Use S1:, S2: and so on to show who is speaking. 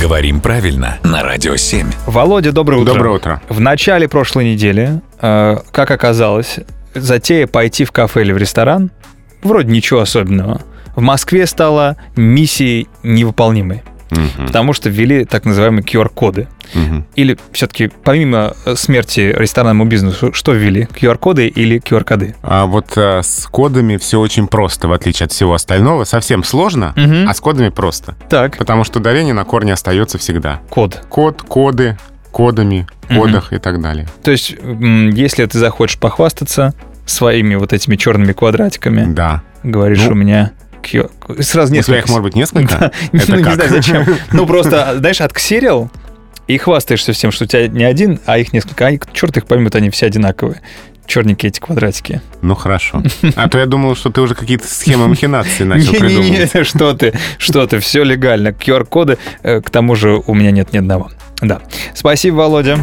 S1: Говорим правильно на Радио 7.
S2: Володя, доброе утро.
S3: Доброе утро.
S2: В начале прошлой недели, э, как оказалось, затея пойти в кафе или в ресторан, вроде ничего особенного, в Москве стала миссией невыполнимой.
S3: Мгм.
S2: Потому что ввели так называемые QR-коды.
S3: Мгм.
S2: Или все-таки помимо э, смерти ресторанному бизнесу, что ввели? QR-коды или QR-коды?
S3: А вот э, с кодами все очень просто, в отличие от всего остального. Совсем сложно,
S2: Мгм.
S3: а с кодами просто.
S2: Так,
S3: Потому что ударение на корне остается всегда.
S2: код.
S3: Код, коды, кодами,
S2: Мгм.
S3: кодах и так далее.
S2: То есть, м, если ты захочешь похвастаться своими вот этими черными квадратиками,
S3: Да.
S2: говоришь,
S3: Ну.
S2: у меня QR... Сразу
S3: У тебя
S2: Э, несколько.
S3: их может быть несколько? Это
S2: Ну, не
S3: как?
S2: знаю, зачем. Ну, просто, знаешь, отксерил и хвастаешься всем, что у тебя не один, а их несколько. Они, черт их поймет, они все одинаковые. Черненькие эти квадратики.
S3: Ну хорошо. А то я думал, что ты уже какие-то схемы махинации начал придумывать.
S2: Не-не-не, что ты, что ты, все легально. QR-коды, э, к тому же у меня нет ни одного. Да. Спасибо, Володя.